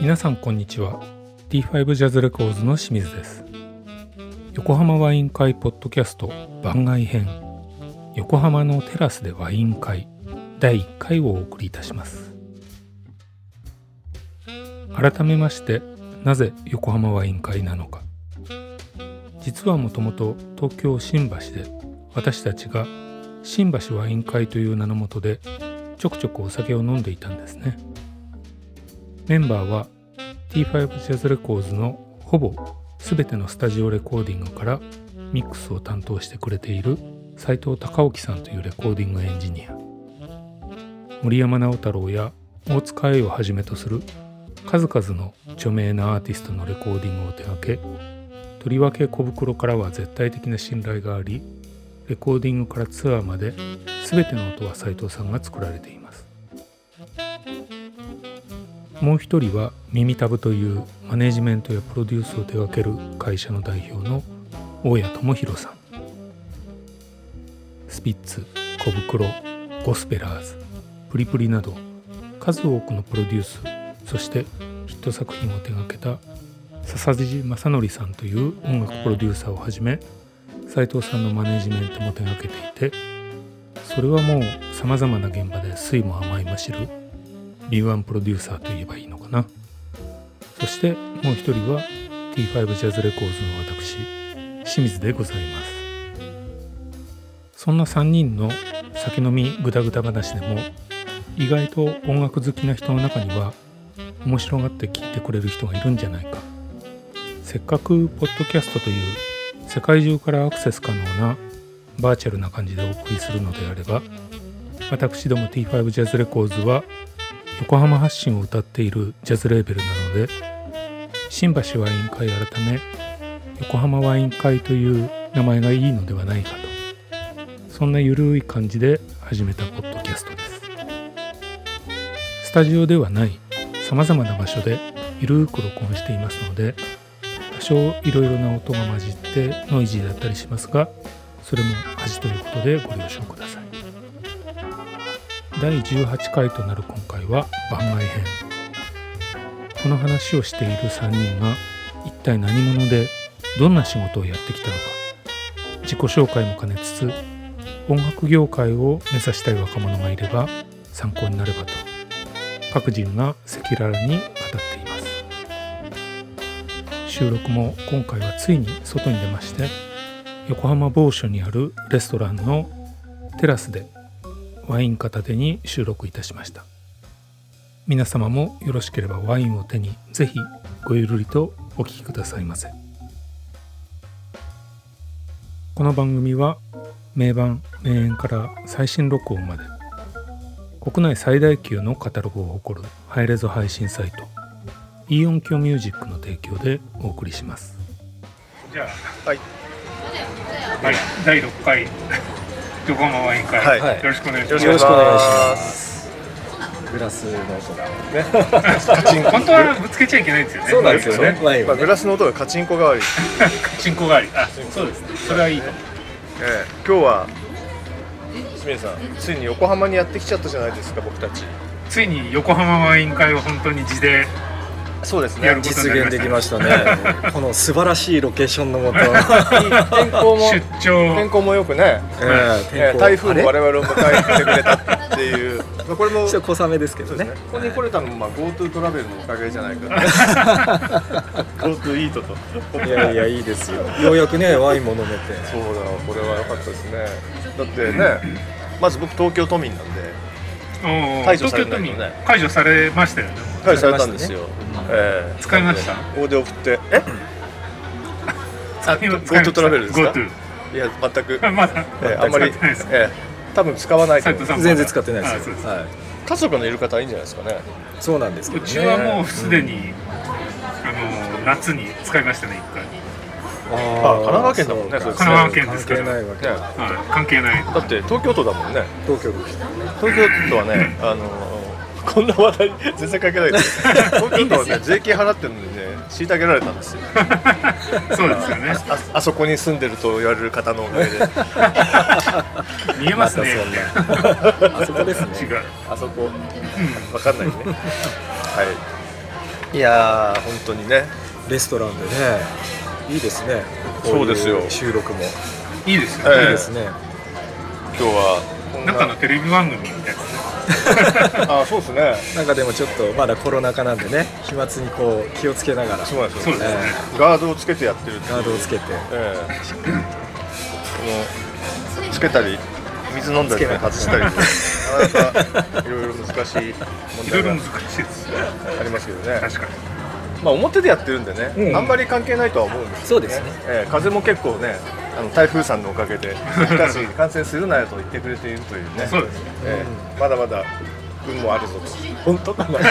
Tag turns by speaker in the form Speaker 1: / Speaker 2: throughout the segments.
Speaker 1: 皆さんこんにちは T5 ジャズレコーズの清水です横浜ワイン会ポッドキャスト番外編横浜のテラスでワイン会第1回をお送りいたします改めましてなぜ横浜ワイン会なのか実はもともと東京新橋で私たちが新橋ワイン会という名のもとでちょくちょくお酒を飲んでいたんですねメンバーは T5 ジャズレコーズのほぼ全てのスタジオレコーディングからミックスを担当してくれている斉藤隆興さんというレコーディングエンジニア森山直太朗や大塚愛をはじめとする数々の著名なアーティストのレコーディングを手掛けとりわけ小袋からは絶対的な信頼がありレコーディングからツアーまで全ての音は斉藤さんが作られていますもう一人は耳タブというマネジメントやプロデュースを手掛ける会社の代表の大谷智弘さんスピッツ小袋ゴスペラーズプリプリなど数多くのプロデュースそしてヒット作品を手掛けた笹地正則さんという音楽プロデューサーをはじめ斉藤さんのマネジメントも手掛けていてそれはもうさまざまな現場で酸いも甘いも知る敏腕プロデューサーといえばいいのかなそしてもう一人は T5 ジャズレコーズの私清水でございますそんな3人の酒飲みグダグダ話でも意外と音楽好きな人の中には面白がって聞いてくれる人がいるんじゃないかせっかくポッドキャストという世界中からアクセス可能なバーチャルな感じでお送りするのであれば私ども T5 ジャズレコーズは横浜発信を歌っているジャズレーベルなので新橋ワイン会改め横浜ワイン会という名前がいいのではないかとそんなゆるい感じで始めたポッドキャストですスタジオではないさまざまな場所でゆるーく録音していますので多少いろいろな音が混じってノイジーだったりしますがそれも味ということでご了承ください第18回となる今回は番外編この話をしている3人が一体何者でどんな仕事をやってきたのか自己紹介も兼ねつつ音楽業界を目指したい若者がいれば参考になればと各人が赤裸々に語っています収録も今回はついに外に出まして横浜某所にあるレストランのテラスでワイン片手に収録いたしました皆様もよろしければワインを手にぜひごゆるりとお聞きくださいませこの番組は名盤名演から最新録音まで国内最大級のカタログを誇るハイレゾ配信サイトイオンキョミュージックの提供でお送りしますじゃあ
Speaker 2: はい
Speaker 1: はい第6回横浜ワイン会、
Speaker 2: はい
Speaker 1: よろしくお願いし
Speaker 2: よ
Speaker 1: ま
Speaker 2: ろし
Speaker 1: す
Speaker 2: くお願いし
Speaker 3: ま
Speaker 2: ます。
Speaker 3: グラスの音が
Speaker 1: 本当はぶつけちゃいけないんですよね。
Speaker 3: そうなんですよね。ワイン
Speaker 2: ま
Speaker 3: は
Speaker 2: あ、
Speaker 3: ね
Speaker 2: グラスの音がカチンコ代わり。
Speaker 1: 進行代わり。あ、そうですね。それはいいと思う。
Speaker 2: ええ今日は。清水さん、ついに横浜にやってきちゃったじゃないですか、僕たち。
Speaker 1: ついに横浜ワイン会を本当に地で
Speaker 2: そうです
Speaker 1: や
Speaker 2: ね
Speaker 1: る。ことに
Speaker 3: 実
Speaker 1: なりまし
Speaker 3: 現
Speaker 1: た
Speaker 3: でき
Speaker 1: ね。
Speaker 3: ましたね。この素晴らしいロケーションのもと、え
Speaker 2: 天候も。
Speaker 1: 出張
Speaker 2: 天候もよくね。
Speaker 3: え
Speaker 2: え
Speaker 3: 天
Speaker 2: え
Speaker 3: 候
Speaker 2: 台風も
Speaker 3: あれ
Speaker 2: 我々を迎えてくれたっていう。まあこれも。
Speaker 3: ち
Speaker 2: そ
Speaker 3: ょ
Speaker 2: う
Speaker 3: っと小雨ですけど
Speaker 2: です
Speaker 3: ね
Speaker 2: ね。。ここに来れたのも、まあ、go to トラベルのおかげじゃない かな。go to イートと。
Speaker 3: いやいやいいですよ。ようやくねワインも飲めて。
Speaker 2: そうだ、これは良かったですね。だってね。まず僕東京都民なんで。
Speaker 1: おうおう
Speaker 2: 解除され
Speaker 1: 東京
Speaker 2: た
Speaker 1: 都
Speaker 2: のね
Speaker 1: 民解除されましたよね。
Speaker 2: はい、されたんですよ。ええ
Speaker 1: 使いました
Speaker 2: オーディオ振って、えあ、GoTo トラベルですか
Speaker 1: GoTo。
Speaker 2: いや、全く、
Speaker 1: まだ
Speaker 2: ええあんまり
Speaker 1: 使ってないです、か
Speaker 2: ええ多分使わないと
Speaker 1: 斉
Speaker 2: 思い
Speaker 1: 藤さ
Speaker 2: ます
Speaker 1: んまだ
Speaker 3: 全然使ってないで
Speaker 1: あそ
Speaker 3: す
Speaker 1: う
Speaker 3: よ。
Speaker 1: です
Speaker 3: はい。
Speaker 2: 家族のいる方はいいんじゃないですかね。
Speaker 3: そうなんですけ
Speaker 1: う
Speaker 3: どね。
Speaker 1: ちはもうすでにあの夏に使いましたね一回。
Speaker 3: あー
Speaker 2: あ神奈川県だもんね
Speaker 3: そ
Speaker 1: それ
Speaker 3: うか
Speaker 1: 神奈川県ですけど
Speaker 3: 関係ないわけ
Speaker 2: ね
Speaker 3: だ。
Speaker 1: はい関係ない。
Speaker 2: だって東京都だもんね。
Speaker 3: 東京です。
Speaker 2: 東京都はね、あのこんな話題全然かけないで東京都はね税金払ってるのにね虐げられたんですよ
Speaker 4: そうですよ ね
Speaker 2: ああそこに住んでると言われる方のおかげで
Speaker 4: 見えますね
Speaker 3: ま たそんなあそこです
Speaker 4: 違う
Speaker 3: ね
Speaker 2: あそこわかんないねはいいやー本当にね
Speaker 3: レストランでねいいですねこい
Speaker 2: そうですよ
Speaker 3: 収録もいい
Speaker 4: いいですよ、
Speaker 2: ええ
Speaker 3: ですね
Speaker 2: 今日はこんな
Speaker 4: 中のテレビ番組みたいなね
Speaker 2: あそうですね
Speaker 3: なんかでもちょっとまだコロナ禍なんでね飛沫にこう気をつけながら
Speaker 2: そうなんです
Speaker 4: そう
Speaker 2: よ
Speaker 4: ですね、
Speaker 3: え
Speaker 2: ガードをつけてやってるって
Speaker 3: え
Speaker 2: いう
Speaker 3: ガードをつけて
Speaker 2: ええこのつけたり水飲んだりね外したりねなかなかいろいろ難しい問
Speaker 4: いろ
Speaker 2: 題
Speaker 4: いろ
Speaker 2: が
Speaker 4: 難しいです
Speaker 2: ありますけどね
Speaker 4: 確かに
Speaker 2: まあ表でやってるんでね、
Speaker 4: うん
Speaker 2: あんまり関係ないとは思うんですけ
Speaker 3: そう
Speaker 2: ど
Speaker 3: ですね
Speaker 2: ええ風も結構ねあの台風さんのおかげでたし感染するなよと言ってくれているというね
Speaker 4: そうですね
Speaker 2: ええまだまだ運もあるぞ
Speaker 3: 本当かない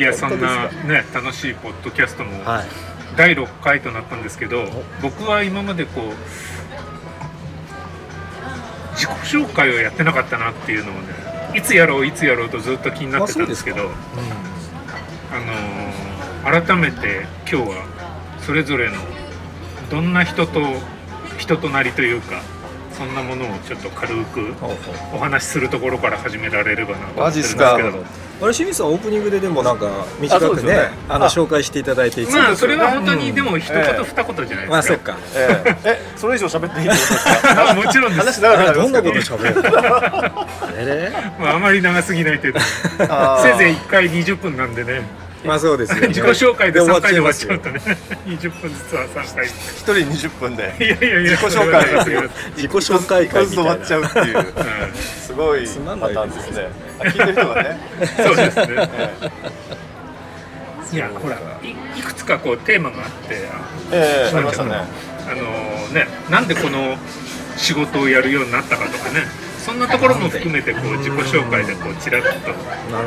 Speaker 4: やそ
Speaker 2: 本
Speaker 4: ん
Speaker 2: 当です
Speaker 4: な
Speaker 2: か
Speaker 4: ね楽しいポッドキャストも
Speaker 3: はい
Speaker 4: 第6回となったんですけど僕は今までこう自己紹介をやってなかったなっていうのをねいつやろういつやろうとずっと気になってたんですけどあのー改めて今日はそれぞれのどんな人と人となりというかそんなものをちょっと軽く
Speaker 3: ほうほう
Speaker 4: お話しするところから始められればなと思
Speaker 2: マ
Speaker 4: ってるんです
Speaker 2: ジっす
Speaker 4: け
Speaker 2: か
Speaker 4: ど
Speaker 3: あれ清水さんオープニングででもなんか短
Speaker 2: あそうで
Speaker 3: く
Speaker 2: す
Speaker 3: ね
Speaker 2: よね
Speaker 3: あの
Speaker 2: あ
Speaker 3: 紹介していただいていつも
Speaker 4: まあそれは本当にでも一言
Speaker 2: ええ
Speaker 4: 二言じゃないですか、
Speaker 3: まあそっか
Speaker 2: えええそれ以上喋っていいってことですか
Speaker 4: あもちろんです
Speaker 2: 話長くなりま
Speaker 3: ど
Speaker 2: す
Speaker 3: ん
Speaker 2: け
Speaker 3: な
Speaker 2: ど
Speaker 3: こと喋るのあれ
Speaker 4: まあ、あまり長すぎない程度
Speaker 2: あー
Speaker 4: せいぜい1回20分なんでね
Speaker 3: まあそうですよ、ね、
Speaker 4: 自己紹介で3回で終わっちゃう
Speaker 3: で終わっちゃいますよ
Speaker 4: とね20分ずつは3回
Speaker 2: 一人20分で
Speaker 4: いやいやいや
Speaker 2: 自己紹
Speaker 4: それは
Speaker 2: 介
Speaker 4: 長すぎます
Speaker 3: 自己紹介会
Speaker 2: 一
Speaker 3: み
Speaker 2: つ終
Speaker 3: たい
Speaker 2: わ
Speaker 3: な
Speaker 2: っちゃうっていう
Speaker 4: う
Speaker 2: すごい
Speaker 3: つまんな
Speaker 2: パ
Speaker 3: い
Speaker 2: ターンですねあ聞いてる人がね、
Speaker 4: んそうですね
Speaker 2: ええ
Speaker 4: いやほらいいくつかこうテーマがあって
Speaker 2: ええあ
Speaker 4: なん
Speaker 2: りま
Speaker 4: て
Speaker 2: し
Speaker 4: いう
Speaker 2: た
Speaker 4: の
Speaker 2: ね
Speaker 4: あのねなんでこの仕事をやるようになったかとかねそんなところも含めてこう自己紹介でこうちらっと
Speaker 3: なる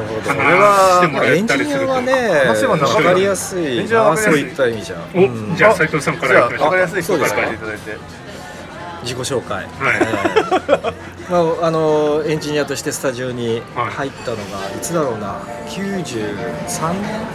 Speaker 3: ほど
Speaker 4: 話し
Speaker 3: ま
Speaker 4: ても
Speaker 3: あ
Speaker 4: ら
Speaker 3: エ
Speaker 4: え
Speaker 3: ン
Speaker 4: たり
Speaker 3: ジニ
Speaker 4: す
Speaker 3: ア
Speaker 4: ると
Speaker 3: はね
Speaker 2: 話は
Speaker 4: 長い
Speaker 3: わかりやす
Speaker 2: エ
Speaker 3: い
Speaker 2: ンジニアは
Speaker 3: あ
Speaker 2: わかりや
Speaker 3: そう
Speaker 2: すい
Speaker 3: いった意味じゃん、
Speaker 4: お、
Speaker 3: うん
Speaker 4: じゃあ斉藤さんか
Speaker 2: じゃ
Speaker 4: ら
Speaker 2: あ
Speaker 4: いきましょう
Speaker 2: 分かりやすい人から書
Speaker 3: そうですか
Speaker 2: いていただいて
Speaker 3: 自己紹介
Speaker 4: はい
Speaker 3: えー まああのエンジニアとしてスタジオに入ったのがいつだろうな93年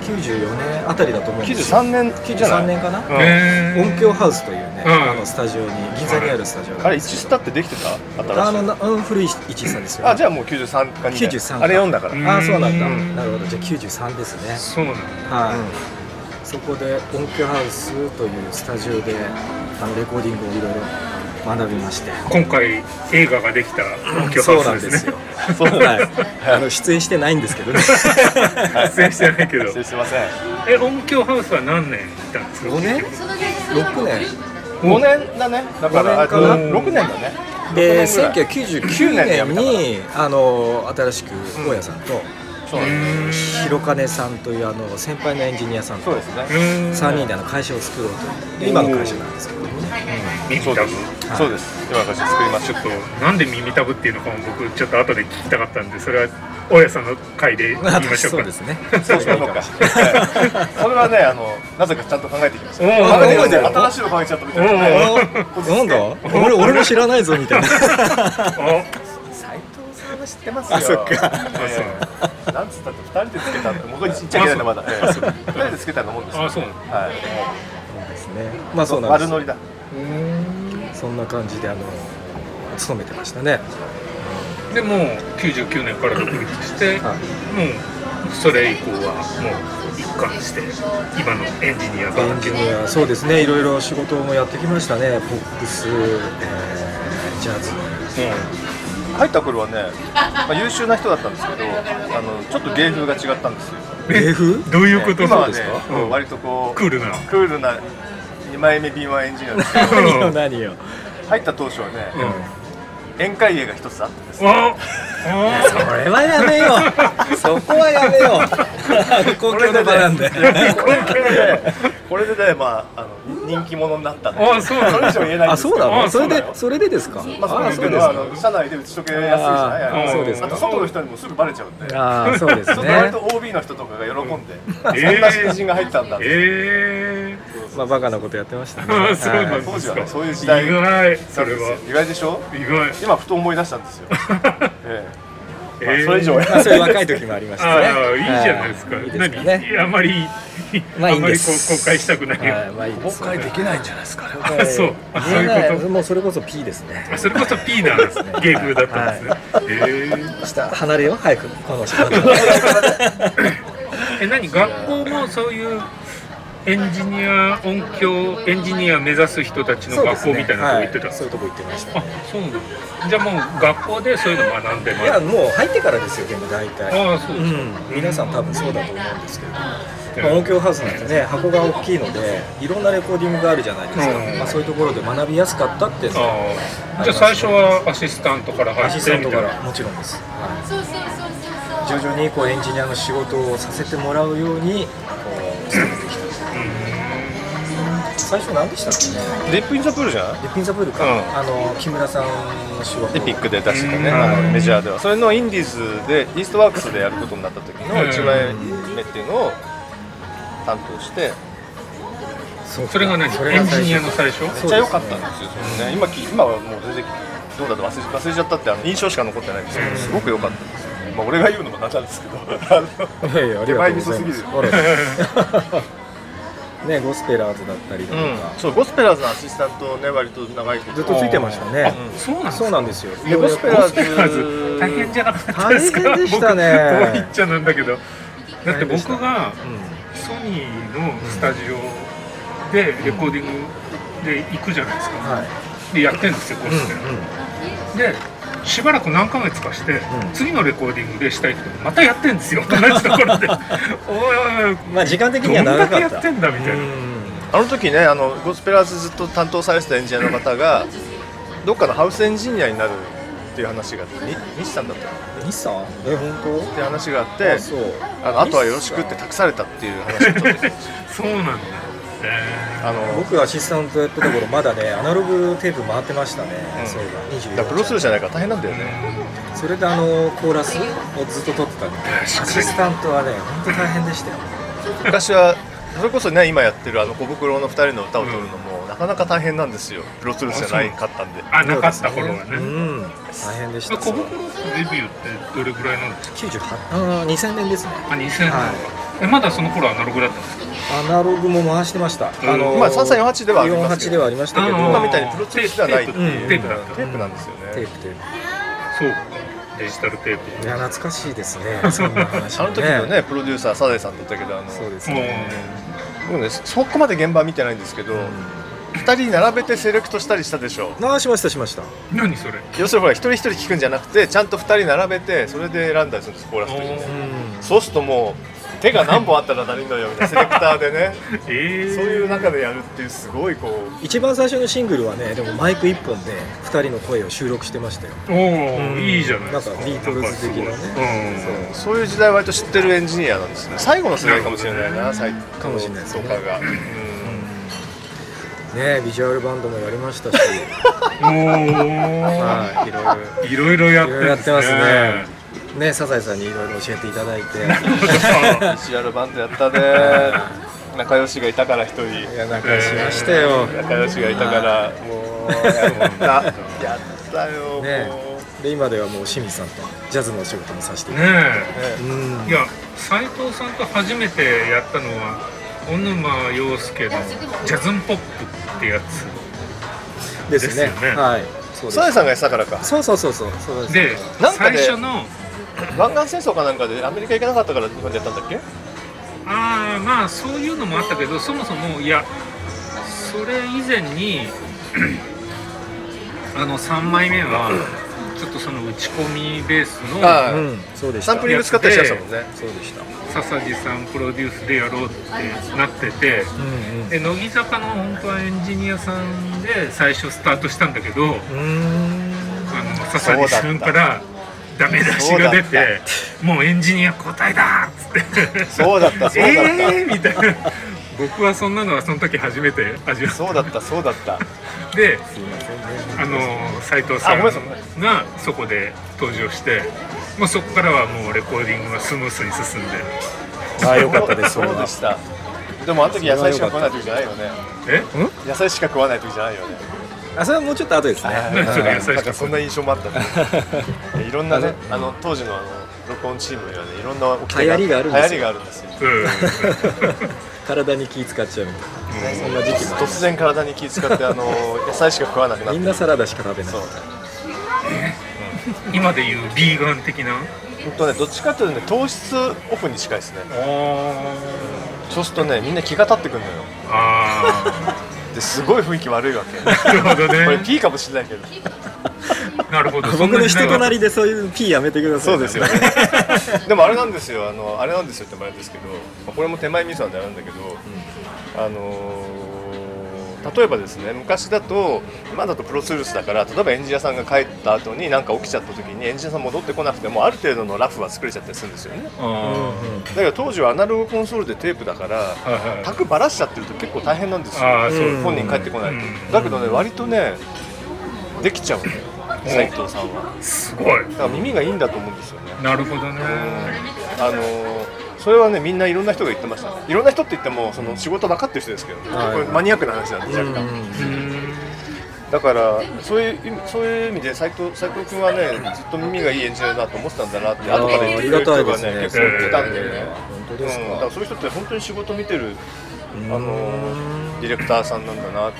Speaker 3: 94年あたりだと思うんですよ
Speaker 2: 93年じゃない
Speaker 3: 93年かな、
Speaker 2: うん
Speaker 4: えー
Speaker 3: 音響ハウスというね、
Speaker 4: うん
Speaker 3: あのスタジオに銀座にあるスタジオ
Speaker 2: あれ
Speaker 3: に
Speaker 2: 一スタってできてた
Speaker 3: あ
Speaker 2: 新し
Speaker 3: の
Speaker 2: い
Speaker 3: なうん古い一さんですよ、
Speaker 2: あじゃあもう93か2
Speaker 3: 93か
Speaker 2: あれ4だから、
Speaker 4: うん
Speaker 3: ああそうなんだ
Speaker 4: うん
Speaker 3: なるほどじゃあ93ですね
Speaker 4: そうなんだ
Speaker 3: はい、そこで音響ハウスというスタジオであのレコーディングをいろいろ学びまして
Speaker 4: 今回映画ができた音響
Speaker 3: そう
Speaker 4: ハ
Speaker 3: な
Speaker 4: ウ
Speaker 3: ん
Speaker 4: ス
Speaker 3: で
Speaker 4: です
Speaker 3: す
Speaker 4: ね
Speaker 3: よ。はい、あの出演してないんですけどね。
Speaker 4: 出演してないけど
Speaker 2: 失礼しません
Speaker 4: え音響ハウスは何年いたんですか
Speaker 3: 5年6年
Speaker 2: 5年だねだから
Speaker 3: 五年かな
Speaker 2: あ6年だね
Speaker 3: で
Speaker 2: 六年ぐらい
Speaker 3: 1999年
Speaker 2: 九年で
Speaker 3: にあの新しく大家さんと
Speaker 2: そうなんです
Speaker 3: 広金さんというあの先輩のエンジニアさん
Speaker 2: そう
Speaker 3: と
Speaker 2: ですね
Speaker 3: 3人
Speaker 4: だ
Speaker 3: であの会社を作ろうという今の会社なんですけどね
Speaker 4: 耳
Speaker 2: そう
Speaker 4: た
Speaker 2: で
Speaker 4: ぶ
Speaker 2: す、
Speaker 3: はい
Speaker 2: そうです今私作りま
Speaker 4: ち
Speaker 2: し
Speaker 4: ょ
Speaker 2: た
Speaker 4: っとなんで耳たぶっていうのかも僕ちょっと後で聞きたかったんでそれは大家さんの回で言いましょうか
Speaker 3: そうですね
Speaker 2: そうしましょうか。はい それはね、あの、なぜかちゃんと考えてきました。
Speaker 4: おー
Speaker 2: 考えてきました
Speaker 3: おー
Speaker 2: 新しいの考えちゃったみたいなね。
Speaker 4: お
Speaker 3: おなんだ俺俺も知らないぞみた いな
Speaker 2: 斉藤さんは知ってます
Speaker 3: あそっか
Speaker 2: ええなんつったって二人でつけたんだ。僕言っちゃいけないんだ まだ。ええ二人でつけたのもんです
Speaker 4: お
Speaker 2: よ。
Speaker 4: あそう
Speaker 2: はい。
Speaker 3: ですねまあそうなん
Speaker 2: 悪
Speaker 3: です
Speaker 2: ノリだ。
Speaker 3: そんな感じであの勤めてましたね、
Speaker 4: でもう99年から独立しても
Speaker 3: は
Speaker 4: うそれ以降はもう一貫して今のエンジニア
Speaker 3: い、エンジ
Speaker 4: 畑
Speaker 3: ニアそうですねいろいろ仕事もやってきましたねポップス、えージャズ
Speaker 2: 入った頃はね、まあ優秀な人だったんですけど、あのちょっと芸風が違ったんですよ。
Speaker 3: 芸風
Speaker 4: どういうこと
Speaker 2: 今は
Speaker 4: そう
Speaker 2: ね
Speaker 4: ですか、
Speaker 2: うん割とこう
Speaker 4: クールな
Speaker 2: クールな二枚目 B1 エンジニアですけど、
Speaker 4: うん
Speaker 3: 何よ何よ
Speaker 2: 入った当初はね、宴会芸が一つあったんです。
Speaker 4: あ
Speaker 3: それはやめようそこはやめよ う公共の場なんで
Speaker 2: これでね、まあ、あの人気者になったんで
Speaker 4: あそうなの
Speaker 2: それ以上言えないん
Speaker 3: あ
Speaker 2: ですけ
Speaker 3: そう
Speaker 2: ど
Speaker 3: なの
Speaker 4: あ
Speaker 3: それ
Speaker 4: そう
Speaker 3: で
Speaker 4: なの
Speaker 3: それでですか
Speaker 2: まあ、そ
Speaker 3: あ
Speaker 2: う
Speaker 3: そう
Speaker 2: で
Speaker 3: です
Speaker 2: す
Speaker 3: か
Speaker 2: あの社内で打ち解けやすいじゃない
Speaker 3: あ
Speaker 4: ー
Speaker 2: あ
Speaker 4: そ
Speaker 2: の
Speaker 4: うです
Speaker 2: あ
Speaker 4: か
Speaker 2: と外の人にもすぐバレちゃうんで
Speaker 3: ああそうです
Speaker 2: そんな割
Speaker 3: ね
Speaker 2: と OB の人とかが喜んで、
Speaker 4: えー
Speaker 2: そんな新人が入ったんだって、
Speaker 4: え
Speaker 3: まあバカなことやってましたね
Speaker 4: あ そうなんだ
Speaker 3: はい
Speaker 2: 当時はねそういう
Speaker 4: え
Speaker 2: 時代
Speaker 4: ー、意外それは
Speaker 2: 意外でしょ
Speaker 4: 意外
Speaker 2: 今ふと思い出したんですよ、ええまあそれ以上や
Speaker 3: まあ、そういう若い時もありましたね。
Speaker 4: ああいいじゃないですか。
Speaker 3: はいいいですか
Speaker 4: 何
Speaker 3: ね。
Speaker 4: あんまり、
Speaker 3: まあいい
Speaker 4: ん
Speaker 3: ん
Speaker 4: まり
Speaker 3: で
Speaker 4: こう
Speaker 3: す
Speaker 4: 公開したくないよ。
Speaker 3: はいまあいいです。
Speaker 2: 崩壊できないんじゃないですかね
Speaker 3: はい
Speaker 4: そうあそういうこと
Speaker 3: みんなもうそれこそ P ですね。
Speaker 4: あそれこそピーナーですね。ゲームだったんですね。え
Speaker 3: 下離れよう早く この仕事。
Speaker 4: え。え何学校もそういうエンジニア音響エンジニア目指す人たちの学校みたいなとこ行ってた。
Speaker 3: はいそういうとこ行ってました。
Speaker 4: あそうなんだ。じゃあもう学校でそういうの学んでま
Speaker 3: いやもう入ってからですよでも大体。
Speaker 4: ああそううですか。
Speaker 3: ん、皆さん多分そうだと思うんですけど、ま
Speaker 4: うん
Speaker 3: あ、音響ハウスなんてね箱が大きいのでいろんなレコーディングがあるじゃないですか、
Speaker 4: うん
Speaker 3: まあ、そういうところで学びやすかったっていうのは
Speaker 4: ああじゃあ最初はアシスタントから
Speaker 3: ア
Speaker 4: 入
Speaker 3: シ
Speaker 4: っ
Speaker 3: スタ
Speaker 4: て
Speaker 3: ン
Speaker 4: み
Speaker 3: ト
Speaker 4: た
Speaker 3: か
Speaker 4: いな
Speaker 3: ら。もちろんです、はい
Speaker 5: そうそうそうそう
Speaker 3: 徐々にこうエンジニアの仕事をさせてもらうようにこう進めてきた最初何でしたっけね
Speaker 2: デップインザプールじゃない
Speaker 3: リッピンザブールか、
Speaker 2: うん
Speaker 3: あの木村さんの仕事
Speaker 2: エピックで出してたね、
Speaker 4: うん
Speaker 2: あのメジャーではそれのインディーズでイーストワークスでやることになった時の
Speaker 4: うん
Speaker 2: 1枚目っていうのを担当して
Speaker 3: そうか
Speaker 4: それが何
Speaker 3: 最
Speaker 4: エン
Speaker 3: 初
Speaker 4: ジニアの最初
Speaker 2: め
Speaker 3: そ
Speaker 2: っ
Speaker 3: うですね
Speaker 2: ちゃ良かったんですよ、それね、今き今はもう全然どうだと忘れ忘れちゃったってあの印象しか残ってないんですけどすごく良かったですよね、まあ、俺が言うのもなんなんですけど あの
Speaker 3: いやいやありがとうござい
Speaker 2: 手前味噌すぎ
Speaker 3: ま
Speaker 2: る
Speaker 3: すあら ねゴスペラーズだったりだとか、
Speaker 2: そうゴスペラーズのアシスタントね割と長いこと
Speaker 3: ずっとついてましたね
Speaker 4: あそうなんですか
Speaker 3: そうなんですよ
Speaker 2: でゴスペラーズ
Speaker 4: 大変じゃなかったですか
Speaker 3: 大変でしたね
Speaker 4: 僕こう言っちゃなんだけどだって僕が
Speaker 3: うん
Speaker 4: ソニーのスタジオでレコーディングで行くじゃないですか、
Speaker 3: はい
Speaker 4: でやってるんですよこうして、でしばらく何ヶ月かして、
Speaker 3: ん
Speaker 4: 次のレコーディングでしたい人またやってんですよ同じところで おいおいおい
Speaker 3: うんまあ時間的に
Speaker 4: ど
Speaker 3: は
Speaker 4: んだ
Speaker 3: 長
Speaker 4: け
Speaker 3: か
Speaker 4: や
Speaker 3: っ
Speaker 4: ったてんだみたいな、
Speaker 3: うん
Speaker 2: あの時ねあのゴスペラーズずっと担当されてたエンジニアの方がどっかのハウスエンジニアになるっていう話があってに西さんだったかなっ
Speaker 3: 日産え本
Speaker 2: て話があっ
Speaker 3: 当
Speaker 2: て
Speaker 3: そう
Speaker 2: あのあとはよろしくって託されたっていう話をちょっと
Speaker 4: そうなんだ、え
Speaker 2: あの
Speaker 3: 僕アシスタントやってた頃まだねアナログテープ回ってましたね、
Speaker 2: うん
Speaker 3: そういえ
Speaker 2: だ
Speaker 3: ば
Speaker 2: からプ
Speaker 3: 24
Speaker 2: ロするじゃないから大変なんだよね
Speaker 3: それであのコーラスをずっと撮ってたんでア
Speaker 4: 確かに
Speaker 3: シスタントはね本当大変でしたよ
Speaker 2: 昔はそれこそね今やってるあの小袋の2人の歌を撮るのもなかなか大変なんですよプロツールじゃないかったんで
Speaker 4: ー、あなかった頃はね、
Speaker 3: うん大変でした
Speaker 4: 小袋のデビューってどれぐらいなんですか
Speaker 3: 98うん2000年ですね
Speaker 4: あ2000年、えまだその頃アナログだったんですか
Speaker 3: アナログも回してましたあ
Speaker 4: うん
Speaker 3: の
Speaker 2: まあ3348ではありますけど
Speaker 3: 48ではありましたけど
Speaker 4: あの
Speaker 2: 今みたいにプロツールではないっていう
Speaker 4: テープだった
Speaker 2: テープなんですよ
Speaker 3: テー
Speaker 2: ね
Speaker 3: プテー
Speaker 4: そうかデジタルテー
Speaker 3: プ
Speaker 4: プ
Speaker 3: いや懐かしいですねそんな話
Speaker 2: あの時のねプロデューサーサザエさんだったけどあの
Speaker 3: そうです
Speaker 4: もう
Speaker 3: ね
Speaker 2: 僕ねそこまで現場見てないんですけど、2人並べてセレクトしたりしたでしょ
Speaker 3: ああしましたしました
Speaker 4: 何それ
Speaker 2: 要するにほら一人一人聞くんじゃなくてちゃんと2人並べてそれで選んだりするんですコーラスという
Speaker 4: お
Speaker 2: ね
Speaker 4: ー
Speaker 3: うん
Speaker 2: そうするともう手が何本あったら何のよみたいなセレクターで ね
Speaker 4: え
Speaker 2: そう
Speaker 4: ー、
Speaker 2: いう中でやるっていうすごいこう
Speaker 3: 一番最初のシングルはねでもマイク1本で2人の声を収録してましたよ
Speaker 4: おお、いいじゃないですか
Speaker 3: なんかビートルズ的なね
Speaker 4: んかすごいうん
Speaker 2: そういう時代割と知ってるエンジニアなんですね最後の世代かもしれないな最
Speaker 3: かもしれないです
Speaker 2: と
Speaker 3: ね
Speaker 2: か が、うん
Speaker 3: ねビジュアルバンドもやりましたし、
Speaker 4: お
Speaker 3: はい、いろいろ
Speaker 4: おいろいろやっ
Speaker 3: い
Speaker 4: てんで
Speaker 3: ろい
Speaker 4: す
Speaker 3: ろやってますね。ね、サザエさんにいろいろ教えていただいて、
Speaker 2: ビジュアルバンドやったね仲良しがいたから一人
Speaker 3: いやなんかしましたよ。
Speaker 2: 仲良しがいたからもうやったやったよ、
Speaker 3: ね
Speaker 2: もう
Speaker 3: で今ではもう清水さんとジャズのお仕事もさせていただいて、
Speaker 4: ね
Speaker 3: うん
Speaker 4: えいや斉藤さんと初めてやったのは小沼洋介のジャズンポップってやつ
Speaker 3: ですね。
Speaker 4: ですよね
Speaker 3: はい、そう
Speaker 2: サザ
Speaker 3: で
Speaker 2: エさんがやってたからか
Speaker 3: す。そうそうそうそうそうす
Speaker 4: で
Speaker 2: なんか
Speaker 4: 最
Speaker 2: ね
Speaker 4: 初の
Speaker 2: 湾岸戦争かなんかでアメリカ行かなかったから日本でやったんだっけ
Speaker 4: ああまあそういうのもあったけどそもそもいやそれ以前に あの3枚目はちょっとその打ち込みベースの
Speaker 2: ああ
Speaker 3: うん、そうでし
Speaker 2: サ
Speaker 3: た。
Speaker 2: ンプリング使ったりしてましたもんね
Speaker 3: そうでした。
Speaker 4: 笹地さんプロデュースでやろうってなってて
Speaker 3: うん
Speaker 4: で乃木坂の本当はエンジニアさんで最初スタートしたんだけど
Speaker 3: うん。う
Speaker 4: あの笹地さんからダメ出しが出
Speaker 2: そうだ
Speaker 4: てもうエンジニア交代だっつって
Speaker 2: そうだったそうだった、
Speaker 4: えーみたいな僕はそんなのはその時初めて味わっ
Speaker 2: そうだったそうだった
Speaker 4: てで
Speaker 3: ーん。すいませんね。
Speaker 4: あの斉藤さ
Speaker 2: あ
Speaker 4: ん
Speaker 2: ごめんなさ
Speaker 4: がそこで登場してもうそこからはもうレコーディングはスムースに進んで
Speaker 3: ああ、よかったです。
Speaker 2: そうでしたでもあの時野菜しか食わない時じゃないよね
Speaker 4: え
Speaker 2: 野菜しか食わない時じゃないよね
Speaker 3: あそれはもうちょっと後ですね
Speaker 2: はい
Speaker 4: ねちょっと優しく
Speaker 2: なんかそんな印象もあった んでいろんなねあの当時のあの録音チームにはねいろんな起き
Speaker 3: 流行りがあるんです
Speaker 2: 流行り
Speaker 3: よ
Speaker 2: があるんですよ
Speaker 4: うん
Speaker 3: 体に気使っちゃうみたいなそんな時期もありま
Speaker 2: 突
Speaker 3: す
Speaker 2: 然体に気使って あの野菜しか食わなくなって
Speaker 3: みんなサラダしか食べない
Speaker 2: そう
Speaker 4: 今でいうビーガン的な
Speaker 2: 本当ねどっちかというとね糖質オフに近いですねそうするとねみんな気が立ってくるのよ
Speaker 4: あ
Speaker 2: ですごい雰囲気悪いわけ
Speaker 4: あなるほど
Speaker 2: これ
Speaker 4: ね
Speaker 2: P かもしれないけど
Speaker 4: なるほどそん
Speaker 3: 僕
Speaker 4: な
Speaker 3: の
Speaker 4: 時
Speaker 3: 人
Speaker 4: 代
Speaker 3: と
Speaker 4: が
Speaker 3: なりでそういう P やめてくださ
Speaker 2: そ
Speaker 3: いう
Speaker 2: ですよね でもあれなんですよあのあれなんですよってもあれですけど、まあこれも手前味噌なんであれなんだけど、あのー例えばですね昔だと今だとプロツールスだから例えばエンジニアさんが帰った後に何か起きちゃった時にエンジニアさん戻ってこなくてもある程度のラフは作れちゃったりするんですよね
Speaker 4: あ
Speaker 2: だけど当時はアナログコンソールでテープだから
Speaker 4: ーはいはい
Speaker 2: 卓ばらしちゃってると結構大変なんですよ
Speaker 4: あーそう
Speaker 2: 本人帰ってこないと、
Speaker 4: うん
Speaker 2: だけどね割とねできちゃうのよ斉藤さんは
Speaker 4: すごい
Speaker 2: だから耳がいいんだと思うんですよね
Speaker 4: なるほどね
Speaker 2: あのーそれはねみんないろんな人が言ってましたいろんな人って言ってもその仕事分かってる人ですけど、
Speaker 3: はい
Speaker 2: これマニアックな話なんで
Speaker 3: うん
Speaker 2: 若
Speaker 4: う
Speaker 2: 干、
Speaker 4: ん
Speaker 2: だからそういう意味そういう意味で斉藤斉藤君はねずっと耳がいいエンジニアだと思ってたんだなって
Speaker 3: あ
Speaker 2: 後から言っ
Speaker 3: ーあ
Speaker 2: て
Speaker 3: り
Speaker 2: くれ
Speaker 3: が
Speaker 2: る人
Speaker 3: たいで
Speaker 2: が
Speaker 3: す
Speaker 2: ね
Speaker 3: ね
Speaker 2: 結構いたんだよね、
Speaker 3: 本当
Speaker 2: うん、
Speaker 3: です
Speaker 2: だ
Speaker 3: か
Speaker 2: からそういう人って本当に仕事見てる
Speaker 3: うん
Speaker 2: あのディレクターさんなんだなと思っ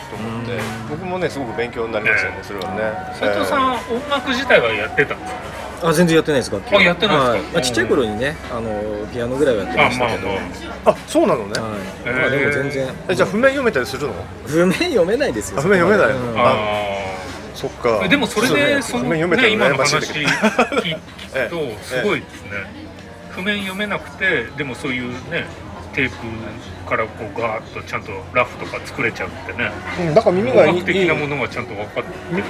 Speaker 2: て僕もねすごく勉強になりましたよねそれはね
Speaker 4: 斉藤さんは音楽自体はやってたんですか
Speaker 3: あ全然やってないです楽器
Speaker 4: あやってないですか
Speaker 3: はまあ、ちっちゃい頃にねあのピアノぐらいはやって
Speaker 4: あ
Speaker 3: まし
Speaker 4: ま
Speaker 3: た
Speaker 4: あ
Speaker 3: けど、
Speaker 4: ま
Speaker 2: えーあそうなのね
Speaker 3: はい
Speaker 4: へー
Speaker 3: まあ、でも全然
Speaker 2: えじゃあ譜面読めたりするの
Speaker 3: 譜面読めないですよ
Speaker 2: あ譜面読めないの
Speaker 3: うん
Speaker 4: あああ
Speaker 2: そっか
Speaker 4: えでもそれでそ
Speaker 2: 譜
Speaker 4: の、
Speaker 2: 面
Speaker 4: ね
Speaker 2: 読めた、
Speaker 4: 今
Speaker 2: ら
Speaker 4: の
Speaker 2: 羨まし
Speaker 4: 話
Speaker 2: いんだけど
Speaker 4: 聞
Speaker 2: え
Speaker 4: く
Speaker 2: え
Speaker 4: とすごいですね、譜面読めなくてでもそういうねテープからこうガーッとちゃんとラフとか作れちゃうってね
Speaker 2: うんだから耳が
Speaker 4: 音
Speaker 2: いい
Speaker 4: 楽的なものがちゃんと分かってる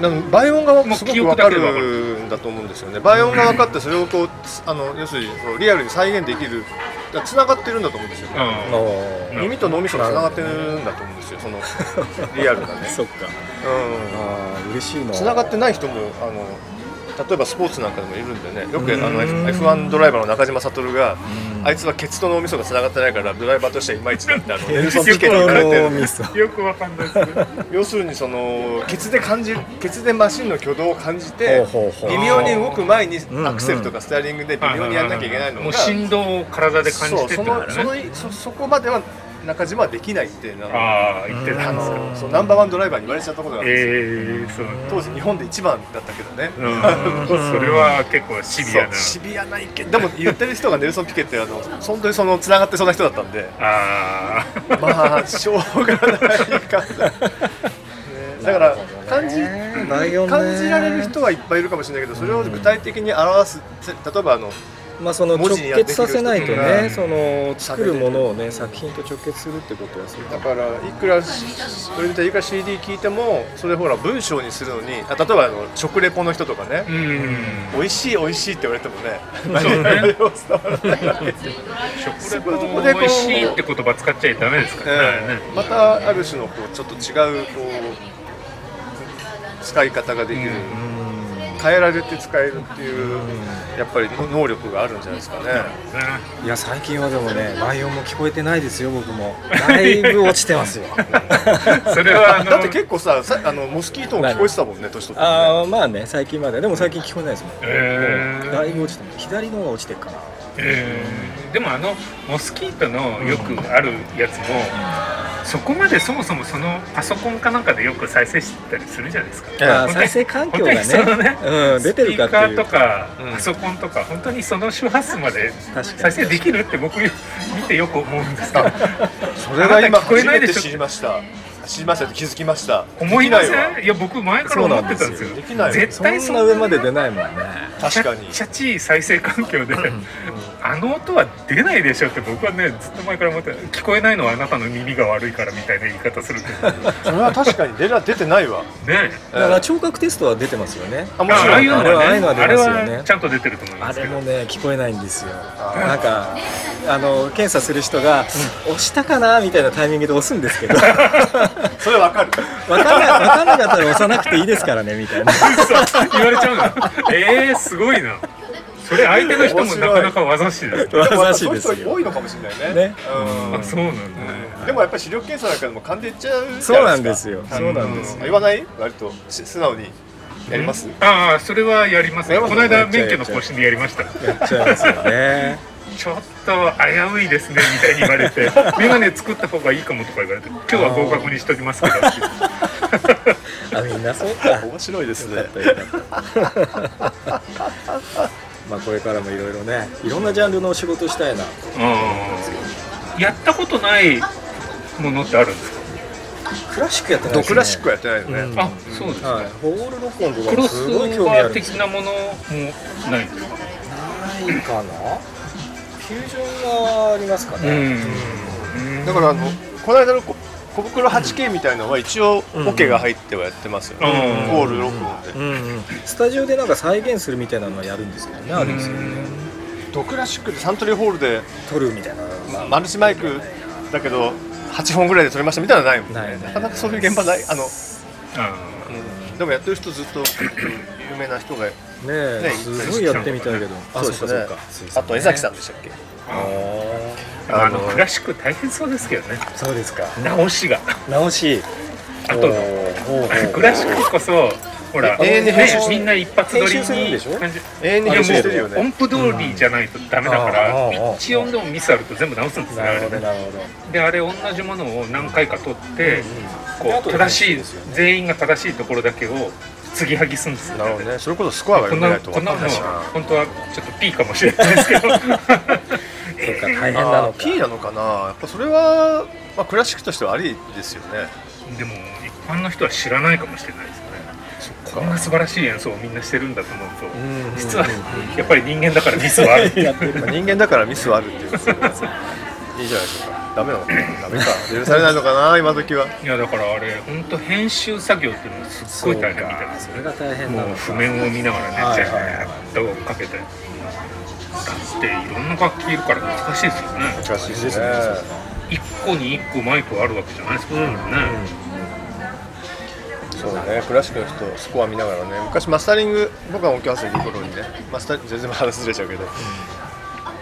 Speaker 2: なんか倍音がすごくわか
Speaker 4: もう記憶だけでわか
Speaker 2: るんだと思うんですよね倍音が分かってそれをこうあの要するにこうリアルに再現できるつながってるんだと思うんですよ、
Speaker 4: あ
Speaker 3: あ
Speaker 4: あ
Speaker 3: ー
Speaker 2: 耳と脳みそがつながってるんだと思うんですよそのリアルなね
Speaker 3: そっか
Speaker 2: うん
Speaker 3: あー嬉しいな
Speaker 2: つながって
Speaker 3: な
Speaker 2: ない人もあの例えばスポーツなんかでもいるんでねよく
Speaker 3: うん
Speaker 2: あの F- F1 ドライバーの中島悟が
Speaker 3: うん
Speaker 2: あいつはケツと脳みそがつながってないからドライバーとしてはいまいちだってあのネルソン
Speaker 3: 結
Speaker 2: 事件に言われて
Speaker 3: 構
Speaker 2: る
Speaker 3: ミ ス
Speaker 4: よくわかんないですね
Speaker 2: 要するにそのケツで感じるケツでマシンの挙動を感じて
Speaker 3: ほうほうほう
Speaker 2: 微妙に動く前に
Speaker 3: んうん
Speaker 2: アクセルとかスタイリングで微妙にやんなきゃいけないの
Speaker 4: もう
Speaker 2: が
Speaker 4: 振動を体で感じて
Speaker 2: そ
Speaker 4: っ
Speaker 2: う
Speaker 4: て
Speaker 2: そ
Speaker 4: の
Speaker 2: の
Speaker 4: が
Speaker 2: そ
Speaker 4: ね
Speaker 2: のそそこまでは中島はできないってなの
Speaker 4: ああ言ってた
Speaker 2: あ
Speaker 4: んですか
Speaker 2: のそうナンバーワンドライバーに言われちゃったことがあるんですよ
Speaker 4: ええそう
Speaker 2: 当時日本で一番だったけどね
Speaker 4: うん、それは結構シビアな
Speaker 2: そうシビアな意見でも言ってる人がネルソン・ピケってあの本当にそのつながってそうな人だったんで
Speaker 4: ああ
Speaker 2: まあしょうがないかな、ね だから感じ
Speaker 3: 内容ね
Speaker 2: 感じられる人はいっぱいいるかもしれないけどそれを具体的に表すせ例えばあの
Speaker 3: まあその
Speaker 2: 文
Speaker 3: 直
Speaker 2: 字にやって
Speaker 3: 結させないとね、
Speaker 4: うん
Speaker 3: その作るものをね作品と直結するってことはする
Speaker 2: だからいくらそれみたいいくら CD 聞いてもそれほら文章にするのにあ例えばあの食レポの人とかね、
Speaker 4: うん
Speaker 2: 美味しい美味しいって言われてもね
Speaker 4: そうね
Speaker 2: 何も伝わらないわけで
Speaker 4: 食レ
Speaker 2: そ
Speaker 4: ポ
Speaker 2: こでこう
Speaker 4: 美味しいって言葉使っちゃダメですからね。
Speaker 2: またある種のこうちょっと違うこう使い方ができる、変えられて使えるっていう、やっぱり能力があるんじゃないですかね、
Speaker 3: いや最近はでもねライオンも聞こえてないですよ僕もだいぶ落ちてますよ
Speaker 4: それはあの
Speaker 2: だって結構ささあのモスキートも聞こえてたもんね年取って
Speaker 3: ああまあね最近まででも最近聞こえないですもん、
Speaker 4: えー
Speaker 3: だいぶ落ちてます左の方が落ちてるかな
Speaker 4: えーでもあのモスキートのよくあるやつも、そこまでそもそもそのパソコンかなんかでよく再生してたりするじゃないですか。
Speaker 2: ええ
Speaker 3: あー再生環境がね
Speaker 4: 本当にそのね
Speaker 3: うん、出てるかっ
Speaker 4: スピ
Speaker 3: てい
Speaker 4: ーカーと
Speaker 3: う
Speaker 4: か
Speaker 2: うん
Speaker 4: パソコンとか、本当にその周波数まで
Speaker 3: かに
Speaker 4: 再生できるって僕見てよく思うんですけど
Speaker 2: それが今
Speaker 4: あなた聞こえ
Speaker 2: 初
Speaker 4: ない
Speaker 2: め
Speaker 4: で
Speaker 2: て
Speaker 4: しょ
Speaker 2: 知りました知りましたって気づきました
Speaker 4: 思いませ
Speaker 2: できないわ
Speaker 4: んいや僕前から思ってたんですよ
Speaker 2: できないわ
Speaker 4: 絶対
Speaker 3: そ
Speaker 4: そ
Speaker 3: ん
Speaker 4: ん
Speaker 3: な
Speaker 4: な
Speaker 3: 上まで出ないもんね
Speaker 2: 確かに
Speaker 4: シャチー再生環境で、あの音は出ないでしょって僕はねずっと前から思ってた聞こえないのはあなたの耳が悪いからみたいな言い方するけどね
Speaker 2: それは確かに出ら出てないわ、え
Speaker 3: だから聴覚テストは出てますよね
Speaker 2: あもち
Speaker 4: ああ
Speaker 2: ろ
Speaker 4: あ
Speaker 2: ん
Speaker 4: いうのはね
Speaker 3: あれはああいうのは出ますよね
Speaker 4: あれはちゃんと出てると思いま
Speaker 3: あ
Speaker 4: す
Speaker 3: れ
Speaker 4: けど
Speaker 3: もね聞こえないんですよなんかあの検査する人が押したかなみたいなタイミングで押すんですけど分か
Speaker 2: それわかる
Speaker 3: んな分かんなかったら押さなくていいですからねみたいな
Speaker 4: 嘘言われちゃうのえー、すごいなそれ相手の人もなかなか技しいですね
Speaker 2: まあ
Speaker 3: 技し
Speaker 2: そ
Speaker 3: いうで
Speaker 2: いう人
Speaker 3: す
Speaker 2: 多
Speaker 3: よ
Speaker 2: いのかもしれないね
Speaker 3: ね
Speaker 2: うん
Speaker 4: あそうなんだね
Speaker 2: うんでもやっぱり視力検査なんかでも勘でいっちゃうじゃい
Speaker 3: そうなんですよ
Speaker 2: か
Speaker 3: そうなんです
Speaker 2: 言わない割とし素直にやります、
Speaker 4: ああそれはやりますね
Speaker 2: やりま
Speaker 4: こ
Speaker 2: す
Speaker 4: の間免許の更新でやりました
Speaker 3: やっちゃいますよね
Speaker 4: ちょっと危ういですねみたいに言われ て「眼鏡作った方がいいかも」とか言われて「今日は合格にしときますけど」って
Speaker 3: あみんなそうか
Speaker 2: 面白いですね
Speaker 3: まあこれからもいろいろねいろんなジャンルのお仕事したいな
Speaker 4: うんやったことないものってあるんですか
Speaker 3: クラシックやってない
Speaker 2: ド
Speaker 3: ですね
Speaker 2: クラシックはやってないよね、
Speaker 3: うん
Speaker 4: あそうですか
Speaker 3: はいホール録音と
Speaker 4: ク
Speaker 3: か
Speaker 4: ロ
Speaker 3: も
Speaker 4: ス
Speaker 3: す
Speaker 4: オ
Speaker 3: ごい
Speaker 4: ー
Speaker 3: 興味あ
Speaker 4: バ
Speaker 3: る
Speaker 4: ー
Speaker 3: んです
Speaker 4: 的
Speaker 3: よ
Speaker 4: なものもないんですか
Speaker 3: ないかな球場はありますか
Speaker 4: う
Speaker 3: ね、
Speaker 4: ん
Speaker 2: だからあのこの間のこ小袋 8K みたいなのは一応オケが入ってはやってますよね、
Speaker 4: うん
Speaker 2: ホール録音で、
Speaker 3: うんうんスタジオでなんか再現するみたいなのはやるんですけどね、あるんですよね
Speaker 2: ドクラシックでサントリーホールで
Speaker 3: 撮るみたいな、まあ
Speaker 2: マルチマイクだけど8本ぐらいで撮りましたみたいなのはないもんね
Speaker 3: ないない
Speaker 2: なかなかそういう現場ないあの、
Speaker 4: あー
Speaker 2: でもやってる人ずっと有名な人が
Speaker 3: ねえ
Speaker 2: ね
Speaker 3: すごいやってみたいけど、あそうかそうか
Speaker 2: あと江崎さんでしたっけ
Speaker 4: あ
Speaker 2: あ
Speaker 4: の
Speaker 2: の
Speaker 4: クラシック大変そうですけどね
Speaker 3: そうですか
Speaker 4: 直しが
Speaker 3: 直し
Speaker 4: あと
Speaker 3: おーほうほ う
Speaker 4: クラシックこそほら
Speaker 2: え永遠に編集し
Speaker 4: みんな一発撮り
Speaker 3: 編集するんで
Speaker 4: に
Speaker 3: しょ
Speaker 4: 感じ
Speaker 2: 永遠
Speaker 4: い
Speaker 2: に
Speaker 4: や
Speaker 2: 編集してるよ
Speaker 4: もう
Speaker 2: ね
Speaker 4: 音符通りじゃないとダメだか
Speaker 3: う
Speaker 4: ら
Speaker 3: んあーあー
Speaker 4: 一音でもミスあると全部直すんですね
Speaker 3: なる
Speaker 4: あ
Speaker 3: ほど
Speaker 4: れ
Speaker 3: なるほど
Speaker 4: であれ同じものを何回か取って
Speaker 3: で
Speaker 4: こ
Speaker 3: 後
Speaker 4: う
Speaker 3: で
Speaker 4: 正しい
Speaker 3: ですよね
Speaker 4: 全員が正しいところだけを継ぎはぎするんですよ
Speaker 2: なるほどねそれこそスコアが
Speaker 4: こん
Speaker 2: 読めな
Speaker 4: ない
Speaker 2: と
Speaker 4: こ
Speaker 2: 分
Speaker 4: んな
Speaker 2: か
Speaker 4: の
Speaker 2: んないし
Speaker 4: 本当はちょっと P かもしれないですけど
Speaker 3: そうか大変な
Speaker 2: あ
Speaker 3: のか
Speaker 2: ー P なのかなやっぱそれは、まあ、クラシックとしてはありですよね
Speaker 4: でも一般の人は知らないかもしれないですよねこんな素晴らしい演奏をみんなしてるんだと思うと、
Speaker 3: んうん
Speaker 4: 実はやっぱり人間だからミスはある っていう
Speaker 2: まあ人間だからミスはあるっていうことでいいじゃないでしょうかダメなのかな ダメか許されないのかな今時はい
Speaker 4: やだからあれ本当編集作業っていうのはすっごい大変みたいな
Speaker 3: それが大変な
Speaker 4: も
Speaker 3: の
Speaker 4: う
Speaker 3: か
Speaker 4: 譜面を見ながらね、
Speaker 3: はい
Speaker 4: じ
Speaker 3: は
Speaker 4: ゃ
Speaker 3: い
Speaker 4: ーっとかけて、だっていろんな楽器いるから難しいですよね、
Speaker 2: 難しいです
Speaker 3: ね
Speaker 4: 1個に1個マイクあるわけじゃないですもんね、
Speaker 2: そうだねクラシックの人スコア見ながらね昔マスタリング僕が音響発生いる頃にねマスタ全然話ずれちゃうけど、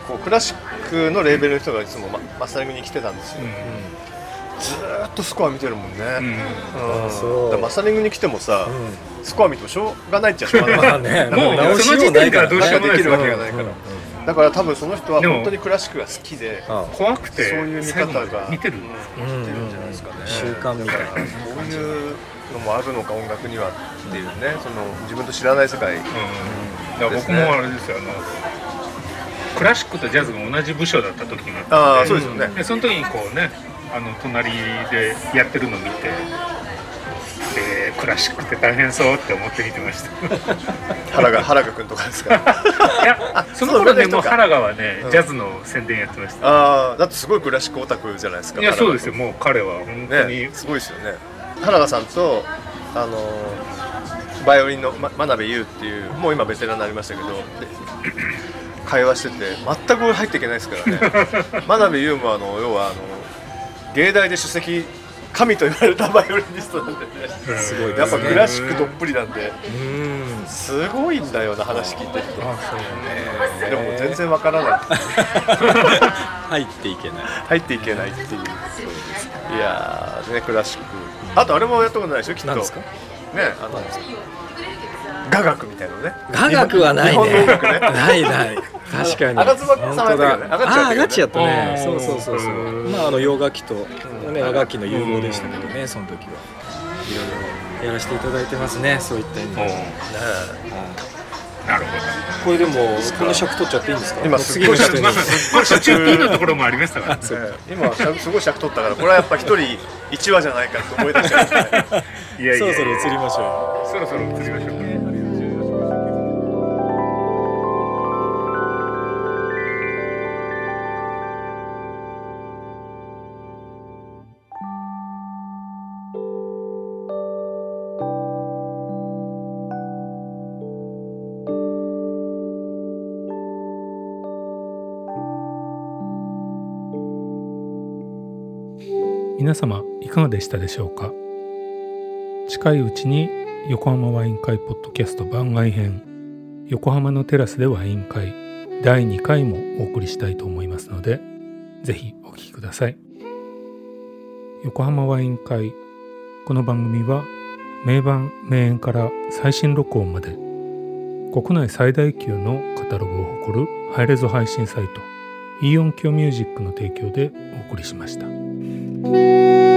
Speaker 2: こうクラシックのレーベルの人がいつもママスタリングに来てたんですよ、ずーっとスコア見てるもんね、
Speaker 4: うんうん
Speaker 2: うん
Speaker 3: そう
Speaker 2: だからマスタリングに来てもさ、
Speaker 3: う
Speaker 2: スコア見てもしょうがないっちゃしょうがない、
Speaker 3: まあね
Speaker 4: もう
Speaker 3: 直しよないから
Speaker 4: その時点ではどうし
Speaker 2: な
Speaker 4: よ
Speaker 2: んかできるわけがないから、
Speaker 3: うんうん
Speaker 2: だから多分その人は
Speaker 4: でも
Speaker 2: 本当にクラシックが好きで
Speaker 3: ああ
Speaker 4: 怖くて、
Speaker 2: そういう見
Speaker 4: 最後
Speaker 2: 方
Speaker 4: まで
Speaker 2: が
Speaker 4: 見てるんですよ、
Speaker 3: うん
Speaker 2: 見てるんじゃないですかね
Speaker 3: 習慣みたいな
Speaker 2: こういうのもあるのか音楽にはっていうねその自分と知らない世界
Speaker 4: うんだから僕もあれですよ、あのクラシックとジャズが同じ部署だった時があっ
Speaker 2: ああ
Speaker 4: て
Speaker 2: そうですよね
Speaker 4: でその時にこうねあの隣でやってるの見てえークラシックって大変そうって思って見てました
Speaker 2: 原賀原賀君とかですから
Speaker 4: いやその頃ね
Speaker 2: そう
Speaker 4: もう原賀はね、
Speaker 2: うん
Speaker 4: ジャズの宣伝やってました
Speaker 2: ああだってすごいクラシックオタクじゃないですか
Speaker 4: いやそうです
Speaker 2: よ
Speaker 4: よもう彼は本当に、
Speaker 2: ねすごいですよね原賀さんとあのーバイオリンの、ま、真鍋優っていうもう今ベテランになりましたけどで会話してて全く入っていけないですからね真鍋優もあの要はあの芸大で首席神と言われたバイオリニストなんでね
Speaker 4: うん
Speaker 3: すごいですね
Speaker 2: やっぱクラシックどっぷりなんで
Speaker 3: うん
Speaker 2: すごいんだよな話聞いてると
Speaker 3: あそう
Speaker 2: でも全然わからない
Speaker 3: 入っていけない
Speaker 2: 入っていけないっていういやーねクラシックあとあれもやったことないでしょきっと
Speaker 3: なんですか
Speaker 2: ねあの雅楽みたいなのね
Speaker 3: 雅楽はない
Speaker 2: 日本
Speaker 3: ね
Speaker 2: の音楽ね
Speaker 3: ないない確かに
Speaker 2: あの吾妻さんはやったけどね
Speaker 3: 本当だあ
Speaker 2: 吾
Speaker 3: あ
Speaker 2: 妻やったけどね
Speaker 3: ガチやった
Speaker 4: う
Speaker 3: ね
Speaker 4: ん
Speaker 3: そうそうそうそう
Speaker 4: うん
Speaker 3: まああの洋楽器とね和楽器の融合でしたけどねその時はいろいろやらせていただいてますねそういった意味で
Speaker 4: もう
Speaker 3: はい
Speaker 4: なるほど
Speaker 3: これでもこの尺取っちゃっていいんですか
Speaker 2: 今すっごい
Speaker 3: 次の人に
Speaker 4: まあまあまあ途中 P のところもありましたからね
Speaker 2: ね今尺すごい尺取ったからこれはやっぱ一人一話じゃないかと思い出しちゃう、
Speaker 4: いやい
Speaker 3: そ
Speaker 4: や
Speaker 3: ろ
Speaker 4: い
Speaker 3: そろ
Speaker 4: や
Speaker 3: 移りましょう
Speaker 4: そろそろ移りましょう
Speaker 1: 皆様いかがでしたでしょうか近いうちに横浜ワイン会ポッドキャスト番外編横浜のテラスでワイン会第2回もお送りしたいと思いますのでぜひお聞きください横浜ワイン会この番組は名盤名演から最新録音まで国内最大級のカタログを誇るハイレゾ配信サイトイオンキョミュージックの提供でお送りしました。